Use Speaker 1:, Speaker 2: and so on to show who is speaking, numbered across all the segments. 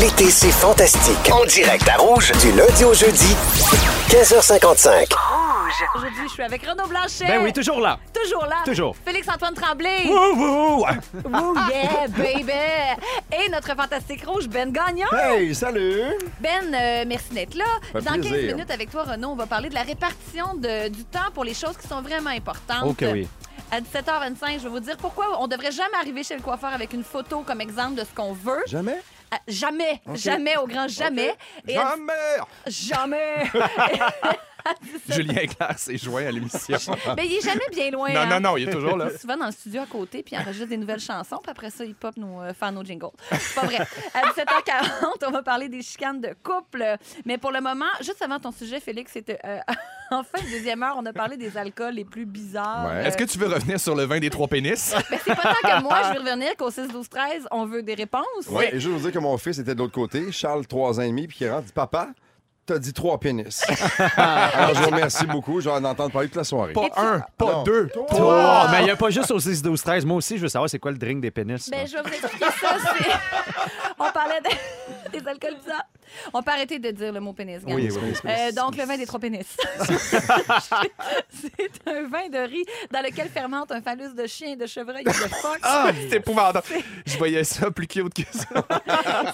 Speaker 1: L'été, c'est fantastique. En direct à Rouge, du lundi au jeudi, 15h55.
Speaker 2: Aujourd'hui, je suis avec Renaud Blanchet.
Speaker 3: Ben oui, toujours là.
Speaker 2: Toujours là.
Speaker 3: Toujours.
Speaker 2: Félix-Antoine Tremblay.
Speaker 3: Wouh, wouh, wouh.
Speaker 2: Ouh, yeah, baby. Et notre fantastique rouge, Ben Gagnon.
Speaker 4: Hey, salut!
Speaker 2: Ben, euh, merci d'être là.
Speaker 4: Fait
Speaker 2: Dans 15
Speaker 4: plaisir.
Speaker 2: minutes avec toi, Renaud, on va parler de la répartition de- du temps pour les choses qui sont vraiment importantes.
Speaker 3: Ok, oui.
Speaker 2: À 17h25, je vais vous dire pourquoi on devrait jamais arriver chez le coiffeur avec une photo comme exemple de ce qu'on veut.
Speaker 4: Jamais?
Speaker 2: Ah, jamais, jamais, au grand jamais. Et à-
Speaker 4: Jamais!
Speaker 2: jamais.
Speaker 5: Julien Clerc s'est joint à l'émission.
Speaker 2: Mais il est jamais bien loin.
Speaker 5: non,
Speaker 2: hein.
Speaker 5: non, non, il est toujours là.
Speaker 2: Il est souvent dans le studio à côté, puis il enregistre des nouvelles chansons, puis après ça, il pop nos, euh, faire nos jingles. C'est pas vrai. À 17h40, on va parler des chicanes de couple. Mais pour le moment, juste avant ton sujet, Félix, c'était. euh, en fin de deuxième heure, on a parlé des alcools les plus bizarres.
Speaker 4: Ouais.
Speaker 2: Euh,
Speaker 5: Est-ce que tu veux revenir sur le vin des trois pénis?
Speaker 2: ben, c'est pas tant que moi, je vais revenir qu'au 6, 12, 13, on veut des réponses.
Speaker 4: Ouais, et je veux vous dire que mon fils était de l'autre côté, Charles, 3 ans et demi, puis qui rentre, dit Papa, t'as dit trois pénis. Alors, je vous remercie beaucoup, je vais en entendre parler toute la soirée.
Speaker 5: Pas un, pas
Speaker 4: Non.
Speaker 5: deux,
Speaker 4: Trois.
Speaker 5: trois.
Speaker 3: Oh, mais il n'y a pas juste au 6, 12, 13. Moi aussi, je veux savoir c'est quoi le drink des pénis. là.
Speaker 2: Ben, je vais vous expliquer ça. c'est- On parlait de- des alcools bizarres. On peut arrêter de dire le mot pénis. gang.
Speaker 3: Oui, oui, oui.
Speaker 2: Euh, donc, le vin des trois pénis. c'est un vin de riz dans lequel fermente un phallus de chien, de chevreuil et de fox.
Speaker 5: Ah, c'est épouvantable. Je voyais ça plus cute que ça.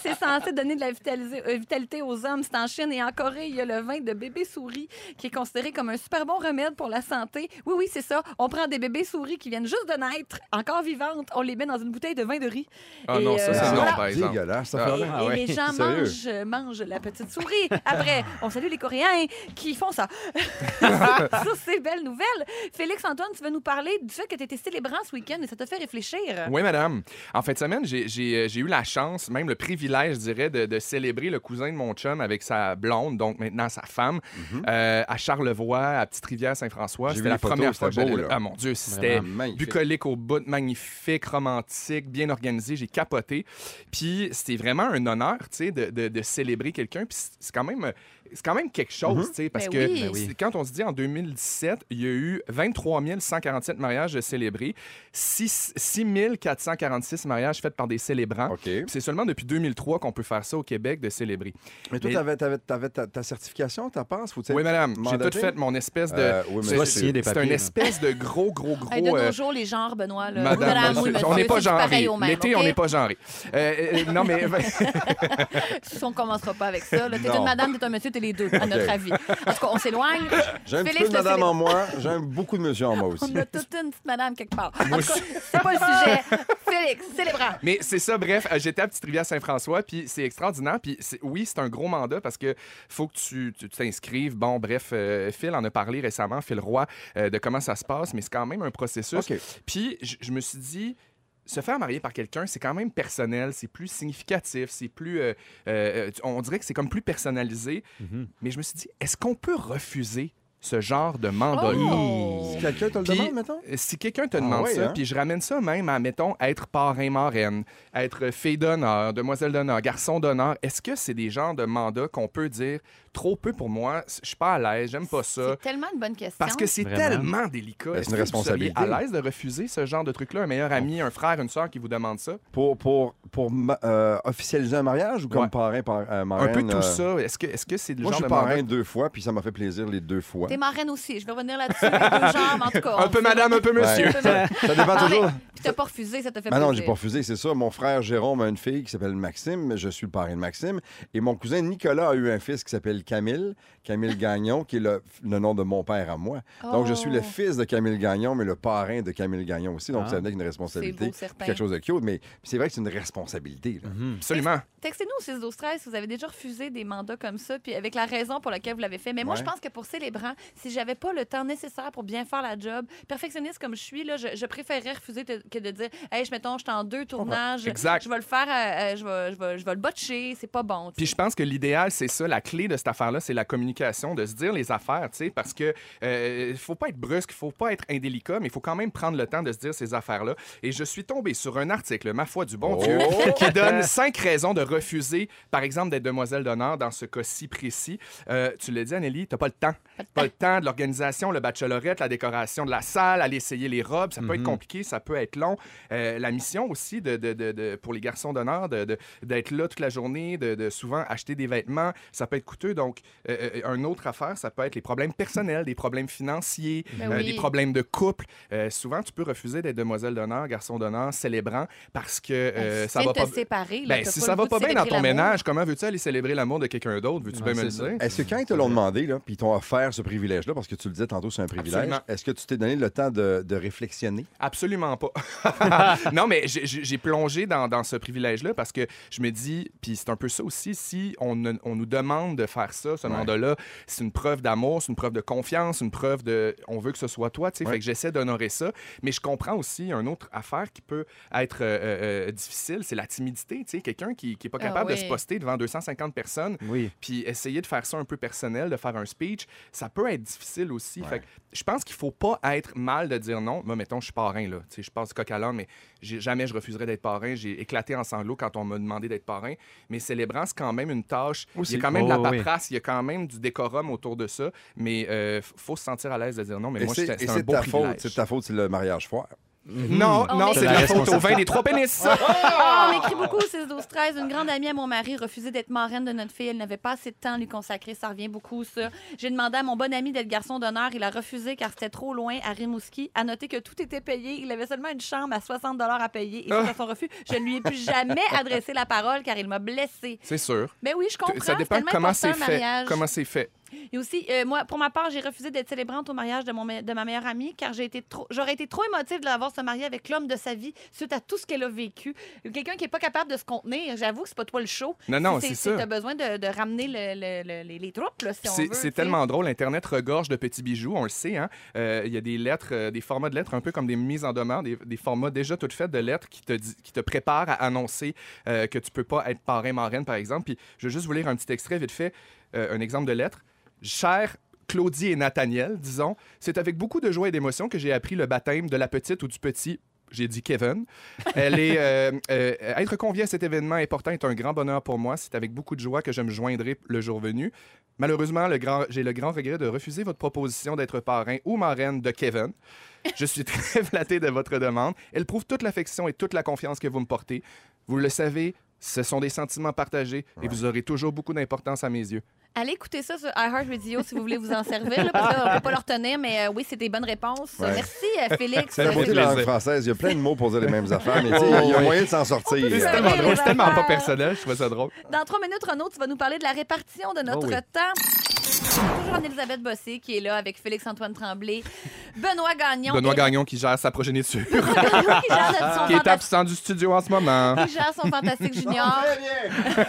Speaker 2: C'est censé donner de la vitalisé- euh, vitalité aux hommes. C'est en Chine et en Corée. Il y a le vin de bébé souris qui est considéré comme un super bon remède pour la santé. Oui, oui, c'est ça. On prend des bébés souris qui viennent juste de naître, encore vivantes, on les met dans une bouteille de vin de riz.
Speaker 5: Ah
Speaker 2: Et,
Speaker 5: non, ça,
Speaker 2: euh,
Speaker 5: c'est non,
Speaker 2: voilà.
Speaker 5: par exemple.
Speaker 4: Dégueulasse, ça
Speaker 5: Ah.
Speaker 4: fait
Speaker 2: Et,
Speaker 4: rien.
Speaker 2: et
Speaker 5: ouais,
Speaker 2: les gens
Speaker 4: sérieux.
Speaker 2: mangent, euh, mangent la petite souris. Après, on salue les Coréens qui font ça. ça, c'est belle nouvelle. Félix-Antoine, tu vas nous parler du fait que tu étais célébrant ce week-end et ça t'a fait réfléchir.
Speaker 5: Oui, madame. En fin de semaine, j'ai- j'ai euh, j'ai eu la chance, même le privilège, je dirais, de, de célébrer le cousin de mon chum avec sa blonde, donc maintenant sa femme, euh, à Charlevoix, à Petite-Rivière-Saint-François.
Speaker 4: Mhm. J'ai
Speaker 5: C'était
Speaker 4: vu
Speaker 5: la
Speaker 4: les photos,
Speaker 5: première fois que
Speaker 4: c'était beau,
Speaker 5: j'allais là.
Speaker 4: là.
Speaker 5: Ah mon Dieu, c'était
Speaker 4: Vraiment magnifique.
Speaker 5: bucolique au bout, magnifique, romantique, bien organisé. J'ai capoté. Puis c'était vraiment un honneur, tu sais, de, de- de célébrer quelqu'un. Puis c'est- c'est quand même... euh, C'est quand même quelque chose,
Speaker 4: Mhm.
Speaker 5: tu sais, parce
Speaker 2: Ben
Speaker 5: que
Speaker 2: oui. Ben
Speaker 3: oui.
Speaker 5: c'est- quand on se dit en 2017, il y a eu 23 147 mariages de célébrés, 6, 446 mariages faits par des célébrants.
Speaker 4: OK.
Speaker 5: Puis C'est seulement depuis 2003 qu'on peut faire ça au Québec de célébrer.
Speaker 4: Mais toi,
Speaker 5: Mais-
Speaker 4: t'avais, t'avais- t'avais ta, ta certification, ta passe? Faut-il
Speaker 5: Oui, madame, j'ai
Speaker 4: mandater?
Speaker 5: tout fait mon espèce de.
Speaker 4: Euh, oui, mais
Speaker 5: c'est-
Speaker 4: tu dois
Speaker 3: signer des
Speaker 5: c'est
Speaker 3: papiers,
Speaker 5: un
Speaker 3: là.
Speaker 5: espèce de gros, gros, gros.
Speaker 2: Hey, de
Speaker 5: euh,
Speaker 2: nos jours, les genres, Benoît. Là.
Speaker 5: Madame,
Speaker 2: Madame,
Speaker 5: monsieur,
Speaker 2: oui,
Speaker 5: on n'est
Speaker 2: monsieur,
Speaker 5: pas
Speaker 2: c'est du pareil
Speaker 5: genré.
Speaker 2: au même,
Speaker 5: L'été,
Speaker 2: OK?
Speaker 5: on n'est pas genré. Euh, euh, non, mais
Speaker 2: Si on commencera pas avec ça. là. T'es
Speaker 4: Non.
Speaker 2: une madame, t'es un monsieur, t'es les deux, à notre
Speaker 4: OK.
Speaker 2: avis. En tout cas, on s'éloigne.
Speaker 4: J'ai un petit
Speaker 2: Félix
Speaker 4: peu
Speaker 2: le
Speaker 4: de madame
Speaker 2: célèbre.
Speaker 4: en moi, j'aime beaucoup de monsieur en moi aussi.
Speaker 2: On a toute une petite madame quelque part. En tout cas, c'est pas le sujet. Félix, célébrant.
Speaker 5: Mais c'est ça, bref, euh, j'étais à Petite Rivière Saint-François, puis c'est extraordinaire. Puis c'est- oui, c'est un gros mandat parce que faut que tu tu- tu t'inscrives. Bon, bref, euh, Phil en a parlé récemment, Phil Roy, euh, de comment ça se passe, mais c'est quand même un processus.
Speaker 4: OK.
Speaker 5: Puis je je me suis dit. Se faire marier par quelqu'un, c'est quand même personnel, c'est plus significatif, c'est plus. euh, euh, tu- on dirait que c'est comme plus personnalisé. Mais je me suis dit, est-ce qu'on peut refuser ce genre de mandat
Speaker 2: Oh!
Speaker 4: Quelqu'un te le
Speaker 5: puis,
Speaker 4: demande, mettons?
Speaker 5: euh, Si quelqu'un te
Speaker 4: Ah
Speaker 5: demande
Speaker 4: ouais,
Speaker 5: ça,
Speaker 4: hein?
Speaker 5: puis je ramène ça même à, mettons, être parrain-marraine, être fille d'honneur, demoiselle d'honneur, garçon d'honneur, est-ce que c'est des genres de mandats qu'on peut dire trop peu pour moi, je suis pas à l'aise, j'aime pas ça?
Speaker 2: C'est tellement une bonne question.
Speaker 5: Parce que c'est
Speaker 3: Vraiment.
Speaker 5: tellement délicat.
Speaker 4: Ben,
Speaker 5: Est-ce
Speaker 4: c'est une
Speaker 5: que vous seriez
Speaker 4: responsabilité.
Speaker 5: à l'aise de refuser ce genre de truc-là? Un meilleur ami, un frère, une soeur qui vous demande ça?
Speaker 4: Pour, pour, pour ma- euh, officialiser un mariage ou comme
Speaker 5: Ouais.
Speaker 4: parrain, par, euh,
Speaker 5: Un
Speaker 4: marraine?
Speaker 5: peu tout
Speaker 4: euh,
Speaker 5: ça. Est-ce que c'est -ce c'est le
Speaker 4: Moi, je
Speaker 5: genre
Speaker 4: suis
Speaker 5: de
Speaker 4: parrain
Speaker 5: mandat?
Speaker 4: deux fois, puis ça m'a fait plaisir les deux fois.
Speaker 2: T'es marraine aussi. Je vais revenir là-dessus. Les deux genres, mais en tout cas.
Speaker 5: Un
Speaker 2: on-
Speaker 5: peu madame, un peu monsieur.
Speaker 2: Un peu madame.
Speaker 4: Ça dépend
Speaker 2: Ah, mais-
Speaker 4: toujours.
Speaker 2: Puis t'as pas refusé, ça t'a
Speaker 5: Bah
Speaker 2: fait
Speaker 4: Ah non, j'ai
Speaker 2: plaisir.
Speaker 4: pas refusé, c'est ça. Mon frère Jérôme a une fille qui s'appelle Maxime, je suis le parrain de Maxime. Et mon cousin Nicolas a eu un fils qui s'appelle Camille, Camille Gagnon, qui est le, le nom de mon père à moi. Donc, je suis le
Speaker 2: Oh.
Speaker 4: fils de Camille Gagnon, mais le parrain de Camille Gagnon aussi. Donc,
Speaker 3: Ah.
Speaker 4: ça venait avec une
Speaker 2: C'est beau,
Speaker 4: responsabilité.
Speaker 2: certain.
Speaker 4: puis quelque chose de cute, mais c'est vrai que c'est une responsabilité. là.
Speaker 5: Mhm. Absolument.
Speaker 2: Textez-nous au 6 12 13 si vous avez déjà refusé des mandats comme ça, puis avec la raison pour laquelle vous l'avez fait. Mais moi,
Speaker 4: Ouais.
Speaker 2: je pense que pour célébrant, si j'avais pas le temps nécessaire pour bien faire la job, perfectionniste comme je suis, là, je, je préférerais refuser de- que de dire Hey, je mettons, je suis en deux tournages,
Speaker 5: Exact.
Speaker 2: je vais le faire, euh, euh, je, vais, je, vais, je vais le botcher, c'est pas bon. tu
Speaker 5: Puis
Speaker 2: sais.
Speaker 5: je pense que l'idéal, c'est ça, la clé de cette affaire-là, c'est la communication, de se dire les affaires, tu sais, parce que euh, faut pas être brusque, faut pas être indélicat, mais il faut quand même prendre le temps de se dire ces affaires-là. Et je suis tombé sur un article, ma foi du bon Dieu, qui donne cinq raisons de refuser, par exemple, d'être demoiselle d'honneur dans ce cas-ci précis. Euh, tu l'as dit, Anneli, t'as pas le temps. Pas le temps de l'organisation, le bachelorette, la décoration de la salle, aller essayer les robes. Ça peut
Speaker 3: Mhm.
Speaker 5: être compliqué, ça peut être long. Euh, la mission aussi de, de- de- de- pour les garçons d'honneur de- de- d'être là toute la journée, de, de souvent acheter des vêtements, ça peut être coûteux. Donc, euh, euh, une autre affaire, ça peut être les problèmes personnels, des problèmes financiers,
Speaker 2: Ben
Speaker 5: euh,
Speaker 2: oui.
Speaker 5: des problèmes de couple. Euh, souvent, tu peux refuser d'être demoiselle d'honneur, garçon d'honneur, célébrant, parce que euh,
Speaker 2: Ben, Si
Speaker 5: ça
Speaker 2: tu
Speaker 5: va
Speaker 2: viens
Speaker 5: pas.
Speaker 2: de te séparer, là,
Speaker 5: Ben,
Speaker 2: t'as
Speaker 5: si
Speaker 2: pas
Speaker 5: ça
Speaker 2: le
Speaker 5: va
Speaker 2: goût de
Speaker 5: pas bien dans ton
Speaker 2: célébrer l'amour.
Speaker 5: ménage, comment veux-tu aller célébrer l'amour de quelqu'un d'autre? Veux-tu
Speaker 3: Ouais,
Speaker 5: bien me le
Speaker 3: c'est ça.
Speaker 5: dire?
Speaker 4: Est-ce que quand ils te l'ont demandé, là, puis ils t'ont offert ce privilège-là, parce que tu le disais tantôt, c'est un privilège,
Speaker 5: Absolument.
Speaker 4: est-ce que tu t'es donné le temps de, de réflexionner?
Speaker 5: Absolument pas. non, mais j'ai- j'ai j'ai plongé dans, dans ce privilège-là parce que je me dis, puis c'est un peu ça aussi, si on, ne- on nous demande de faire ça, ce mandat-là, c'est une preuve d'amour, c'est une preuve de confiance, une preuve de on veut que ce soit toi, tu sais. Fait que j'essaie d'honorer ça. Mais je comprends aussi une autre affaire qui peut être euh, euh, euh, difficile, c'est la timidité, tu sais. Quelqu'un qui n'est pas
Speaker 2: Ah
Speaker 5: capable de
Speaker 2: oui.
Speaker 5: se poster devant 250 personnes,
Speaker 3: Oui.
Speaker 5: puis essayer de faire ça un peu personnel, de faire un speech, ça peut être difficile aussi. Fait que je pense qu'il faut pas être mal de dire non. Moi, mettons, je suis parrain, là. Tu sais, je passe du coq à l'âne, mais j'ai- jamais je refuserais d'être parrain. J'ai éclaté en sanglots quand on m'a demandé d'être parrain. Mais célébrant, c'est quand même une tâche.
Speaker 3: Aussi.
Speaker 5: Il y a quand même de
Speaker 3: Oh,
Speaker 5: la
Speaker 3: oui.
Speaker 5: paperasse, il y a quand même du décorum autour de ça. Mais euh, f- faut se sentir à l'aise de dire non. Mais
Speaker 4: Et
Speaker 5: Ben, moi,
Speaker 4: c'est
Speaker 5: c'est
Speaker 4: et
Speaker 5: c'est un
Speaker 4: c'est
Speaker 5: beau
Speaker 4: ta
Speaker 5: privilège.
Speaker 4: faute, c'est ta faute, c'est le mariage foire.
Speaker 5: Non,
Speaker 2: Mhm. On
Speaker 5: non,
Speaker 2: est-
Speaker 5: c'est de la faute au vin des trois pénis.
Speaker 2: Ah, on m'écrit beaucoup au 6 12 13 Une grande amie à mon mari refusait d'être marraine de notre fille. Elle n'avait pas assez de temps à lui consacrer. Ça revient beaucoup, ça. J'ai demandé à mon bon ami d'être garçon d'honneur. Il a refusé car c'était trop loin à Rimouski. À noter que tout était payé. Il avait seulement une chambre à 60 à payer. Et
Speaker 5: Ah!
Speaker 2: suite à son refus, je ne lui ai plus jamais adressé la parole car il m'a blessée.
Speaker 5: C'est sûr.
Speaker 2: Mais oui, je comprends.
Speaker 5: Ça dépend de
Speaker 2: tellement
Speaker 5: comment
Speaker 2: important,
Speaker 5: c'est
Speaker 2: le
Speaker 5: fait.
Speaker 2: mariage.
Speaker 5: Comment c'est fait.
Speaker 2: Et aussi, euh, moi, pour ma part, j'ai refusé d'être célébrante au mariage de, mon, me- de ma meilleure amie car j'ai été trop, j'aurais été trop émotive de l'avoir se marier avec l'homme de sa vie suite à tout ce qu'elle a vécu. Quelqu'un qui n'est pas capable de se contenir, j'avoue que c'est pas toi le show.
Speaker 5: Non, non,
Speaker 2: Si
Speaker 5: c'est
Speaker 2: si
Speaker 5: ça.
Speaker 2: T'as besoin de, de ramener le- le- le- les, les troupes, là, si
Speaker 5: Puis
Speaker 2: on
Speaker 5: c'est-
Speaker 2: veut,
Speaker 5: C'est
Speaker 2: tu sais.
Speaker 5: tellement drôle. Internet regorge de petits bijoux, on le sait. hein. Euh, Il y a des lettres, euh, des formats de lettres, un peu comme des mises en demeure, des, des formats déjà toutes faites de lettres qui te, dit- qui te préparent à annoncer euh, que tu peux pas être parrain, marraine, par exemple. Puis je veux juste vous lire un petit extrait, vite fait, euh, un exemple de lettre. Cher Claudie et Nathaniel, disons, c'est avec beaucoup de joie et d'émotion que j'ai appris le baptême de la petite ou du petit. J'ai dit Kevin. Elle est, euh, euh, être convié à cet événement important est un grand bonheur pour moi. C'est avec beaucoup de joie que je me joindrai le jour venu. Malheureusement, le grand- j'ai le grand regret de refuser votre proposition d'être parrain ou marraine de Kevin. Je suis très flatté de votre demande. Elle prouve toute l'affection et toute la confiance que vous me portez. Vous le savez, ce sont des sentiments partagés et vous aurez toujours beaucoup d'importance à mes yeux.
Speaker 2: Allez écouter ça sur iHeartRadio si vous voulez vous en servir. Là, parce que on peut pas leur tenir, mais euh, oui, c'est des bonnes réponses.
Speaker 4: Ouais.
Speaker 2: Merci, euh, Félix.
Speaker 5: Ça
Speaker 4: La
Speaker 5: fait
Speaker 4: beauté
Speaker 5: plaisir.
Speaker 4: de
Speaker 5: Oh,
Speaker 4: la langue française, il y a plein de mots pour dire les mêmes affaires, mais tu sais, il y a- il y a moyen de s'en sortir.
Speaker 2: peut
Speaker 5: C'est
Speaker 2: savez,
Speaker 5: tellement drôle,
Speaker 2: les
Speaker 5: c'est tellement pas
Speaker 2: affaires.
Speaker 5: personnel, je trouve ça drôle.
Speaker 2: Dans trois minutes, Renaud, tu vas nous parler de la répartition de notre
Speaker 3: Oh oui.
Speaker 2: temps. Toujours Anne-Elisabeth Bossé qui est là avec Félix-Antoine Tremblay, Benoît Gagnon.
Speaker 5: Benoît
Speaker 2: et-
Speaker 5: Gagnon qui gère sa progéniture,
Speaker 2: Gagnon qui gère notre- son
Speaker 5: qui est
Speaker 2: fantastique-
Speaker 5: absent du studio en ce moment.
Speaker 2: qui gère son fantastique junior.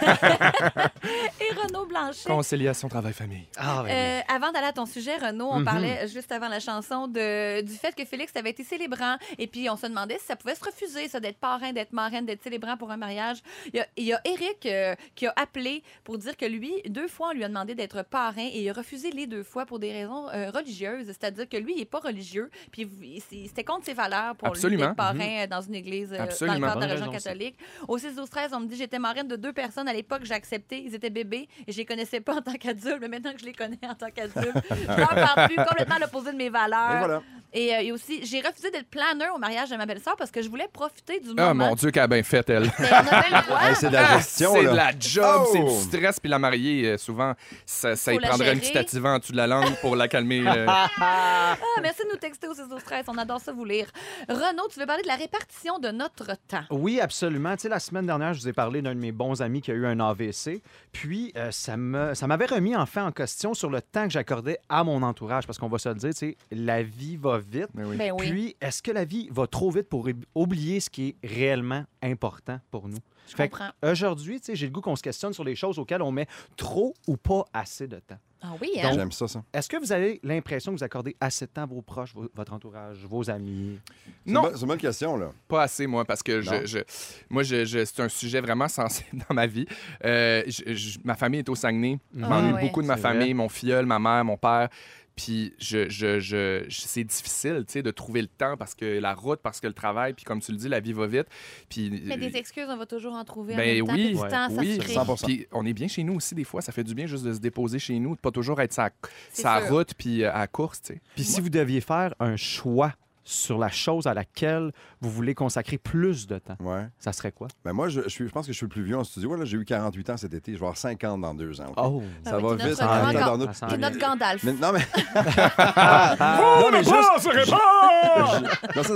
Speaker 2: et Renaud Blanchet.
Speaker 5: Conciliation travail-famille.
Speaker 3: Ah, ben oui.
Speaker 2: Euh, avant d'aller à ton sujet, Renaud, on
Speaker 3: Mhm.
Speaker 2: parlait juste avant la chanson de, du fait que Félix avait été célébrant. Et puis, on se demandait si ça pouvait se refuser, ça, d'être parrain, d'être marraine, d'être célébrant pour un mariage. Il y a, il y a Eric euh, qui a appelé pour dire que lui, deux fois, on lui a demandé d'être parrain et il a refusé les deux fois pour des raisons euh, religieuses. C'est-à-dire que lui, il n'est pas religieux. Puis, il- c'est- c'était contre ses valeurs pour lui
Speaker 5: Absolument.
Speaker 2: d'être parrain
Speaker 3: Mhm.
Speaker 2: euh, dans une église euh, dans le
Speaker 5: Absolument.
Speaker 2: cadre de la
Speaker 5: Bonne
Speaker 2: religion
Speaker 5: raison, ça.
Speaker 2: catholique. Au 6 12 13 on me dit j'étais marraine de deux personnes à l'époque, j'ai accepté, ils étaient bébés et je les connaissais pas en tant qu'adulte, mais maintenant que je les connais en tant qu'adulte, je leur parle plus, complètement à l'opposé de mes valeurs.
Speaker 4: Et voilà.
Speaker 2: Et, euh, et aussi, j'ai refusé d'être planeur au mariage de ma belle-sœur parce que je voulais profiter du moment.
Speaker 5: Ah mon Dieu, qu'elle a bien fait, elle.
Speaker 2: Mais on avait le droit.
Speaker 4: Hey, c'est de la
Speaker 5: Ah,
Speaker 4: gestion,
Speaker 5: C'est
Speaker 4: là.
Speaker 5: de la job,
Speaker 4: Oh!
Speaker 5: c'est du stress. Puis la mariée, euh, souvent, ça, ça y
Speaker 2: Faut la
Speaker 5: prendrait
Speaker 2: gérer.
Speaker 5: une petite attivant en dessous de la langue pour la calmer. euh.
Speaker 2: Ah, merci de nous texter au 6 12 13 on adore ça vous lire. Renaud, tu veux parler de la répartition de notre temps.
Speaker 3: Oui, absolument. Tu sais, la semaine dernière, je vous ai parlé d'un de mes bons amis qui a eu un AVC. Puis, euh, ça me- ça m'avait remis enfin en question sur le temps que j'accordais à mon entourage. Parce qu'on va se le dire, tu sais, la vie va vite.
Speaker 2: Ben oui.
Speaker 3: Puis, est-ce que la vie va trop vite pour ob- oublier ce qui est réellement important pour nous?
Speaker 2: je
Speaker 3: Fait que
Speaker 2: comprends.
Speaker 3: Aujourd'hui, tu sais, j'ai le goût qu'on se questionne sur les choses auxquelles on met trop ou pas assez de temps.
Speaker 2: Ah oui, hein?
Speaker 4: J'aime ça, ça.
Speaker 3: Est-ce que vous avez l'impression que vous accordez assez de temps à vos proches, vo- votre entourage, vos amis?
Speaker 4: C'est
Speaker 5: Non.
Speaker 4: une bonne- C'est une bonne question, là.
Speaker 5: Pas assez, moi, parce que
Speaker 4: Non.
Speaker 5: je, je- moi, je, je- c'est un sujet vraiment sensible dans ma vie. Euh, je- je- ma famille est au Saguenay. Je
Speaker 3: Ah
Speaker 5: m'ennuie
Speaker 2: ouais.
Speaker 5: beaucoup de ma
Speaker 3: C'est
Speaker 5: famille, mon filleul, ma mère, mon père. Puis je, je- je- je- c'est difficile, tu sais, de trouver le temps parce que la route, parce que le travail, puis comme tu le dis, la vie va vite. Puis,
Speaker 2: Mais des excuses, on va toujours en trouver. en
Speaker 5: euh, Ben
Speaker 2: même temps,
Speaker 5: oui,
Speaker 2: puis du
Speaker 3: ouais,
Speaker 2: temps, Ah, ça
Speaker 5: oui,
Speaker 2: se crée.
Speaker 4: 100%.
Speaker 5: Puis on est bien chez nous aussi des fois. Ça fait du bien juste de se déposer chez nous, de pas toujours être sa,
Speaker 2: C'est
Speaker 5: sa
Speaker 2: sûr.
Speaker 5: route puis euh, à la course, tu sais.
Speaker 3: Puis si vous deviez faire un choix sur la chose à laquelle vous voulez consacrer plus de temps,
Speaker 4: Ouais.
Speaker 3: ça serait quoi?
Speaker 4: Ben moi, je, je suis, je pense que je suis le plus vieux en studio. Là, j'ai eu 48 ans cet été. Je vais avoir 50 dans deux ans. OK?
Speaker 3: Oh!
Speaker 4: Ça
Speaker 2: Ah,
Speaker 4: va
Speaker 2: mais t'es
Speaker 4: vite.
Speaker 2: notre
Speaker 4: en
Speaker 3: grand
Speaker 4: même temps,
Speaker 3: gars.
Speaker 4: dans nos-
Speaker 3: Ça
Speaker 2: T'es notre Gandalf.
Speaker 4: Mais- non, mais,
Speaker 5: non, mais
Speaker 3: Ah,
Speaker 4: non, ça,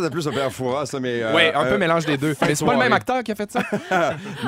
Speaker 4: c'est plus un père Fouras, ça, mais... euh,
Speaker 5: Ouais, un peu
Speaker 4: euh,
Speaker 5: mélange des deux. Mais c'est pas le
Speaker 4: soirée.
Speaker 5: même acteur qui a fait ça.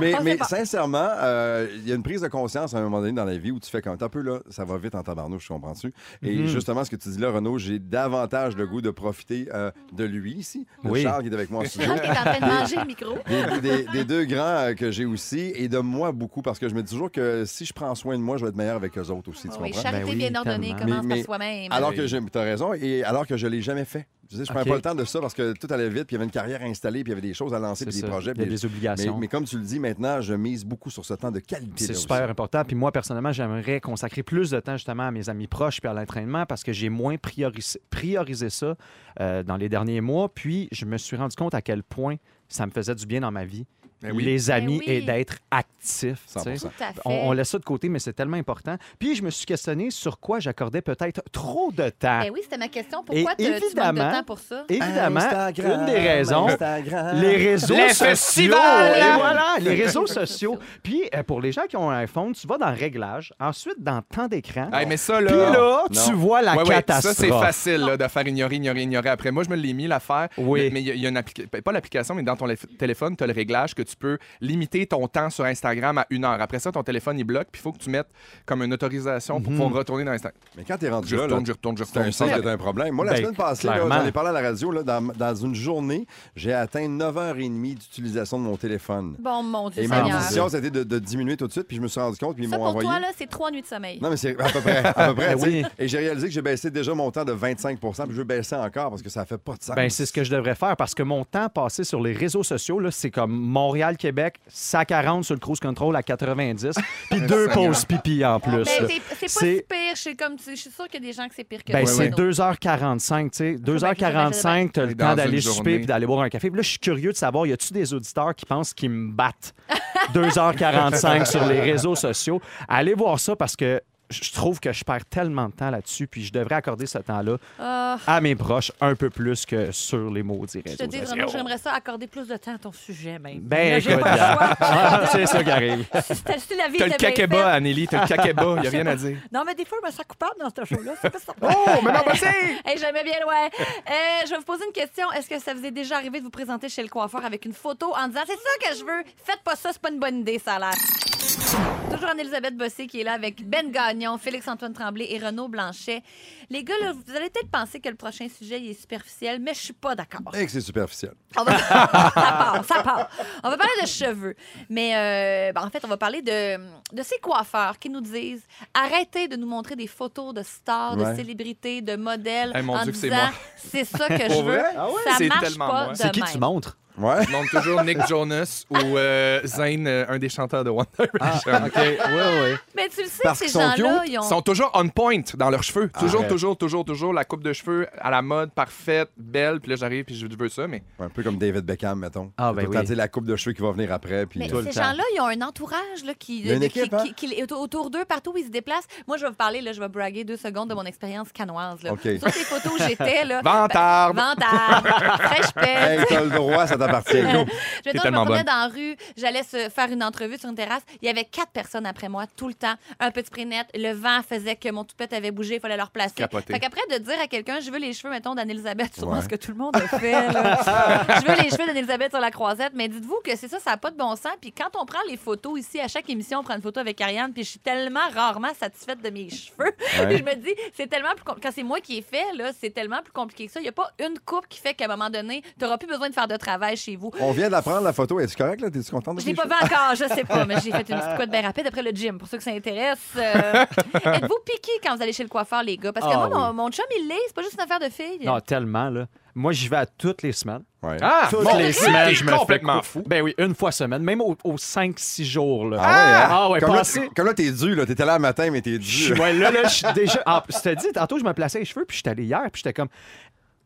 Speaker 4: mais,
Speaker 2: On sait
Speaker 4: mais
Speaker 2: pas.
Speaker 4: sincèrement, euh, il y a une prise de conscience à un moment donné dans la vie où tu fais comme un peu là, ça va vite en tabarnouche, comprends-tu? Et
Speaker 5: Mhm.
Speaker 4: justement, ce que tu dis là, Renaud, j'ai davantage le goût de profiter euh, de lui ici, de
Speaker 3: Oui.
Speaker 4: Charles qui est avec moi en
Speaker 2: C'est
Speaker 4: studio.
Speaker 2: vrai qu'il est en train de manger le micro.
Speaker 4: des, des- des deux grands euh, que j'ai aussi et de moi beaucoup parce que je me dis toujours que si je prends soin de moi, je vais être meilleur avec eux autres aussi, tu
Speaker 2: Ah Oui,
Speaker 4: comprends?
Speaker 2: charité
Speaker 3: Ben oui,
Speaker 2: bien ordonnée
Speaker 3: tellement.
Speaker 2: commence
Speaker 4: Mais-
Speaker 2: par
Speaker 4: mais-
Speaker 2: soi-même.
Speaker 4: Alors
Speaker 5: oui.
Speaker 4: que j'ai, t'as raison, et alors que je l'ai jamais fait. Tu sais, je prenais
Speaker 3: Ok.
Speaker 4: pas le temps de ça parce que tout allait vite, puis il y avait une carrière installée, puis il y avait des choses à lancer,
Speaker 3: C'est
Speaker 4: puis des
Speaker 3: ça.
Speaker 4: projets.
Speaker 3: Il y a des
Speaker 4: puis mais,
Speaker 3: obligations.
Speaker 4: mais comme tu le dis maintenant, je mise beaucoup sur ce temps de qualité.
Speaker 3: C'est
Speaker 4: là,
Speaker 3: super
Speaker 4: aussi.
Speaker 3: important. Puis moi, personnellement, j'aimerais consacrer plus de temps justement à mes amis proches puis à l'entraînement parce que j'ai moins priorisé, priorisé ça euh, dans les derniers mois. Puis je me suis rendu compte à quel point ça me faisait du bien dans ma vie.
Speaker 5: Ben oui.
Speaker 3: Les amis
Speaker 2: Ben oui.
Speaker 3: et d'être actif. tu sais.
Speaker 4: 100%.
Speaker 2: Tout à fait.
Speaker 3: On, on laisse ça de côté, mais c'est tellement important. Puis je me suis questionné sur quoi j'accordais peut-être trop de temps.
Speaker 2: Ben oui, c'était ma question. Pourquoi
Speaker 3: Et
Speaker 2: tu- tu manques de
Speaker 3: évidemment-
Speaker 2: temps pour ça?
Speaker 3: Évidemment,
Speaker 4: Instagram,
Speaker 3: une des raisons,
Speaker 4: Instagram.
Speaker 3: les réseaux
Speaker 5: Les
Speaker 3: sociaux.
Speaker 5: festivals!
Speaker 3: Et voilà, les réseaux
Speaker 2: Les réseaux
Speaker 3: sociaux. Puis euh, pour les gens qui ont un iPhone, tu vas dans Réglages, ensuite dans Temps d'écran.
Speaker 5: Hey, mais ça, là.
Speaker 3: Puis là,
Speaker 4: Non.
Speaker 3: tu vois la
Speaker 5: Ouais, ouais, ça,
Speaker 3: catastrophe.
Speaker 5: c'est facile là, de faire ignorer, ignorer, ignorer. Après, moi, je me l'ai mis l'affaire.
Speaker 3: Oui.
Speaker 5: Mais- Mais il y a- il y, a une application, pas l'application, mais dans ton lef- téléphone, tu as le réglage que tu peux limiter ton temps sur Instagram à une heure. Après ça, ton téléphone, il bloque, puis il faut que tu mettes comme une autorisation
Speaker 3: Mhm.
Speaker 5: pour pouvoir retourner dans Instagram.
Speaker 4: Mais quand t'es rendu
Speaker 5: Je
Speaker 4: là, là,
Speaker 5: retourne, je retourne, je
Speaker 4: C'est un
Speaker 5: retourne.
Speaker 4: signe que t'as un problème. Moi, la
Speaker 3: Ben,
Speaker 4: semaine passée, là,
Speaker 3: clairement.
Speaker 4: j'en ai parlé à la radio, là, dans, dans une journée, j'ai atteint 9h30 d'utilisation de mon téléphone.
Speaker 2: Bon, mon Dieu
Speaker 4: Et ma
Speaker 2: Seigneur. Ça,
Speaker 4: mission, c'était de, de diminuer tout de suite, puis je me suis rendu compte, puis ils m'ont
Speaker 2: pour
Speaker 4: envoyé.
Speaker 2: toi, là, c'est trois nuits de sommeil.
Speaker 4: Non, mais c'est à peu près. À peu près
Speaker 3: Ben
Speaker 4: tu sais.
Speaker 3: oui.
Speaker 4: Et j'ai réalisé que j'ai baissé déjà mon temps de 25 puis je veux baisser encore parce que ça fait pas de sens.
Speaker 3: Ben, c'est ce que je devrais faire parce que mon temps passé sur les réseaux sociaux, là, c'est comme Montréal-Québec, 140 sur le cruise control à 90, puis deux
Speaker 5: Seigneur.
Speaker 3: pauses pipi en plus. là.
Speaker 2: Ben, c'est- c'est pas si
Speaker 3: C'est-
Speaker 2: pire. Je suis, comme, je suis sûre qu'il y a des gens que c'est pire que
Speaker 3: Ben,
Speaker 2: d'autres.
Speaker 3: c'est 2h45, tu sais.
Speaker 2: ben,
Speaker 3: 2h45, t'as le
Speaker 5: Dans
Speaker 3: temps
Speaker 5: une
Speaker 3: d'aller
Speaker 5: journée.
Speaker 3: souper puis d'aller boire un café. Puis là, je suis curieux de savoir, y a-tu des auditeurs qui pensent qu'ils me battent 2h45 sur les réseaux sociaux? Allez voir ça parce que je trouve que je perds tellement de temps là-dessus, puis je devrais accorder ce temps-là
Speaker 2: Ah,
Speaker 3: à mes proches un peu plus que sur les maudits
Speaker 2: je te
Speaker 3: réseaux
Speaker 2: dis,
Speaker 3: sociaux.
Speaker 2: Renaud, j'aimerais ça accorder plus de temps à ton sujet, même.
Speaker 3: Ben,
Speaker 2: Là, j'ai
Speaker 3: écoute,
Speaker 2: pas le choix.
Speaker 3: ah, c'est ça qui arrive.
Speaker 2: Si c'était- si la vie
Speaker 5: T'as le
Speaker 2: était bien
Speaker 5: caqueba,
Speaker 2: faite-
Speaker 5: Anneli, t'as le caqueba, il n'y a rien à dire.
Speaker 2: Non, mais des fois, je me sens coupable dans ce show-là. C'est pas ça.
Speaker 5: Oh, mais non, bah, c'est-
Speaker 2: Hey, J'aimais bien, ouais. Euh, je vais vous poser une question. Est-ce que ça vous est déjà arrivé de vous présenter chez le coiffeur avec une photo en disant c'est ça que je veux? Faites pas ça, c'est pas une bonne idée, ça a l'air. Toujours Anne-Elisabeth Bossé qui est là avec Ben Gagnon, Félix-Antoine Tremblay et Renaud Blanchet. Les gars, là, vous allez peut-être penser que le prochain sujet il est superficiel, mais je suis pas d'accord.
Speaker 4: Et que c'est superficiel.
Speaker 2: On va- ça part, ça part. On va parler de cheveux. Mais euh, ben, en fait, on va parler de, de ces coiffeurs qui nous disent arrêtez de nous montrer des photos de stars, de
Speaker 4: Ouais.
Speaker 2: célébrités, de modèles.
Speaker 5: Eh, mon
Speaker 2: en
Speaker 5: Dieu que c'est
Speaker 2: disant
Speaker 5: moi.
Speaker 2: c'est ça que je
Speaker 5: Pour
Speaker 2: veux.
Speaker 5: vrai? Ah ouais?
Speaker 2: Ça
Speaker 5: C'est
Speaker 2: marche
Speaker 5: tellement
Speaker 2: pas
Speaker 5: moi.
Speaker 2: de
Speaker 3: C'est qui
Speaker 2: même.
Speaker 3: tu montres?
Speaker 4: Ouais.
Speaker 5: Je montre toujours Nick Jonas ou euh, Zayn, euh, un des chanteurs de One
Speaker 2: Ah,
Speaker 5: Direction.
Speaker 3: OK, oui, oui.
Speaker 2: Mais tu le sais,
Speaker 4: Parce
Speaker 2: ces
Speaker 4: qu'ils sont
Speaker 2: gens-là,
Speaker 4: cute.
Speaker 2: Ah, ils ont.
Speaker 5: Ils sont toujours on point dans leurs cheveux. toujours,
Speaker 3: Arrête.
Speaker 5: toujours, toujours, toujours. La coupe de cheveux à la mode, parfaite, belle. Puis là, j'arrive, puis je veux ça, mais
Speaker 4: Un peu comme David Beckham, mettons.
Speaker 3: Ah, ben
Speaker 4: Tout le temps,
Speaker 3: oui.
Speaker 4: tu sais, la coupe de cheveux qui va venir après. Puis,
Speaker 2: Mais
Speaker 4: euh,
Speaker 2: ces gens-là, ils ont un entourage là, qui,
Speaker 4: Il y a une
Speaker 2: de- qui-
Speaker 4: équipe, hein?
Speaker 2: qui- qui les- autour- autour d'eux, partout où ils se déplacent. Moi, je vais vous parler, là, je vais braguer deux secondes de mon expérience canoise. Là.
Speaker 4: OK.
Speaker 2: Sur ces photos où j'étais, là.
Speaker 5: Vantarde!
Speaker 2: Ben, Vantarde! Fraîche pète!
Speaker 4: hey, t'as le droit, ça t'appartient.
Speaker 2: Je, mettons, je me
Speaker 5: tellement
Speaker 2: promenais
Speaker 5: bonne.
Speaker 2: dans la rue, j'allais se faire une entrevue sur une terrasse. Il y avait quatre personnes après moi, tout le temps. Un petit pré net. Le vent faisait que mon toupette avait bougé. Il fallait leur placer.
Speaker 5: Capoté.
Speaker 2: Fait qu'après, de dire à quelqu'un, je veux les cheveux, mettons, d'Anne-Elisabeth, sûrement
Speaker 4: Ouais.
Speaker 2: ce que tout le monde a fait. là. je veux les cheveux d'Anne-Elisabeth sur la croisette. Mais dites-vous que c'est ça, ça n'a pas de bon sens. Puis quand on prend les photos ici, à chaque émission, on prend une photo avec Ariane. Puis je suis tellement rarement satisfaite de mes cheveux. Puis je me dis, c'est tellement plus compl- Quand c'est moi qui ai fait, là, c'est tellement plus compliqué que ça. Il n'y a pas une coupe qui fait qu'à un moment donné, tu n'auras plus besoin de faire de travail chez vous.
Speaker 4: On vient d'apprendre la photo. Es-tu correct, là? T'es-tu content de
Speaker 2: Je l'ai
Speaker 4: tes
Speaker 2: pas
Speaker 4: cheveux?
Speaker 2: vu encore, je sais pas, mais j'ai fait une petite couette bien rapide. Après après le gym, pour ceux que ça intéresse. euh, Êtes-vous piqué quand vous allez chez le coiffeur, les gars? Parce que
Speaker 3: Ah
Speaker 2: moi, mon, mon chum, il l'est. C'est pas juste une affaire de fille.
Speaker 3: Non, tellement, là. Moi, j'y vais à toutes les semaines.
Speaker 4: Ouais.
Speaker 5: Ah,
Speaker 3: Toutes
Speaker 5: mon
Speaker 3: les
Speaker 5: Dieu,
Speaker 3: semaines,
Speaker 5: t'es
Speaker 3: je me fais
Speaker 5: complètement
Speaker 3: cou-
Speaker 5: fou.
Speaker 3: Ben oui, une fois semaine, même aux, 5-6 jours. Là.
Speaker 5: hein?
Speaker 4: Ah,
Speaker 3: Ah ouais,
Speaker 4: comme, là,
Speaker 3: passé-
Speaker 4: comme là, t'es dû, là. T'étais là le matin, mais t'es
Speaker 3: Je
Speaker 4: dû.
Speaker 3: suis- ouais, là, là, je suis déjà. Ah, je te dis, tantôt, je me plaçais les cheveux, puis j'étais allé hier, puis j'étais comme.